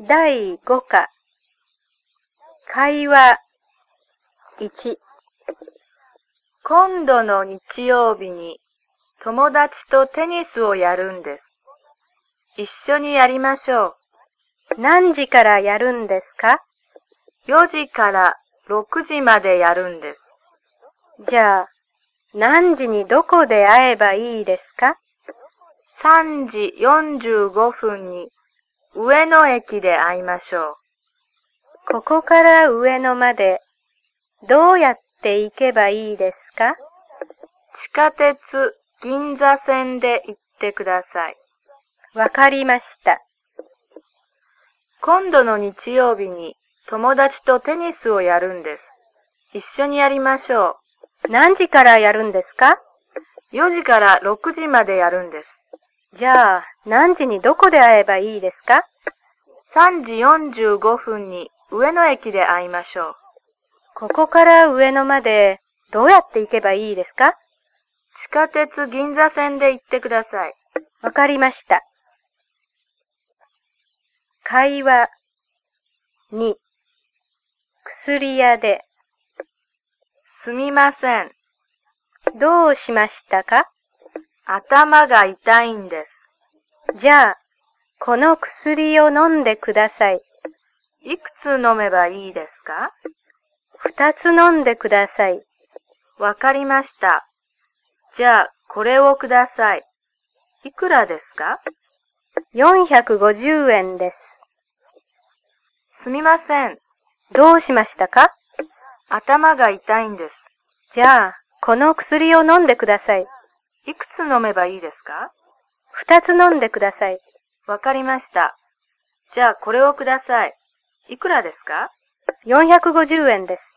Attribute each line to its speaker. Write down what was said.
Speaker 1: 第5課、会話1。今度の日曜日に友達とテニスをやるんです。一緒にやりましょう。何時からやるんですか ?4 時から6時までやるんです。じゃあ、何時にどこで会えばいいですか ?3 時45分に上野駅で会いましょう。ここから上野までどうやって行けばいいですか地下鉄銀座線で行ってください。わかりました。今度の日曜日に友達とテニスをやるんです。一緒にやりましょう。何時からやるんですか ?4 時から6時までやるんです。じゃあ、何時にどこで会えばいいですか ?3 時45分に上野駅で会いましょう。ここから上野までどうやって行けばいいですか地下鉄銀座線で行ってください。わかりました。会話2薬屋で。すみません。どうしましたか頭が痛いんです。じゃあ、この薬を飲んでください。いくつ飲めばいいですか二つ飲んでください。わかりました。じゃあ、これをください。いくらですか ?450 円です。すみません。どうしましたか頭が痛いんです。じゃあ、この薬を飲んでください。いくつ飲めばいいですか二つ飲んでください。わかりました。じゃあ、これをください。いくらですか ?450 円です。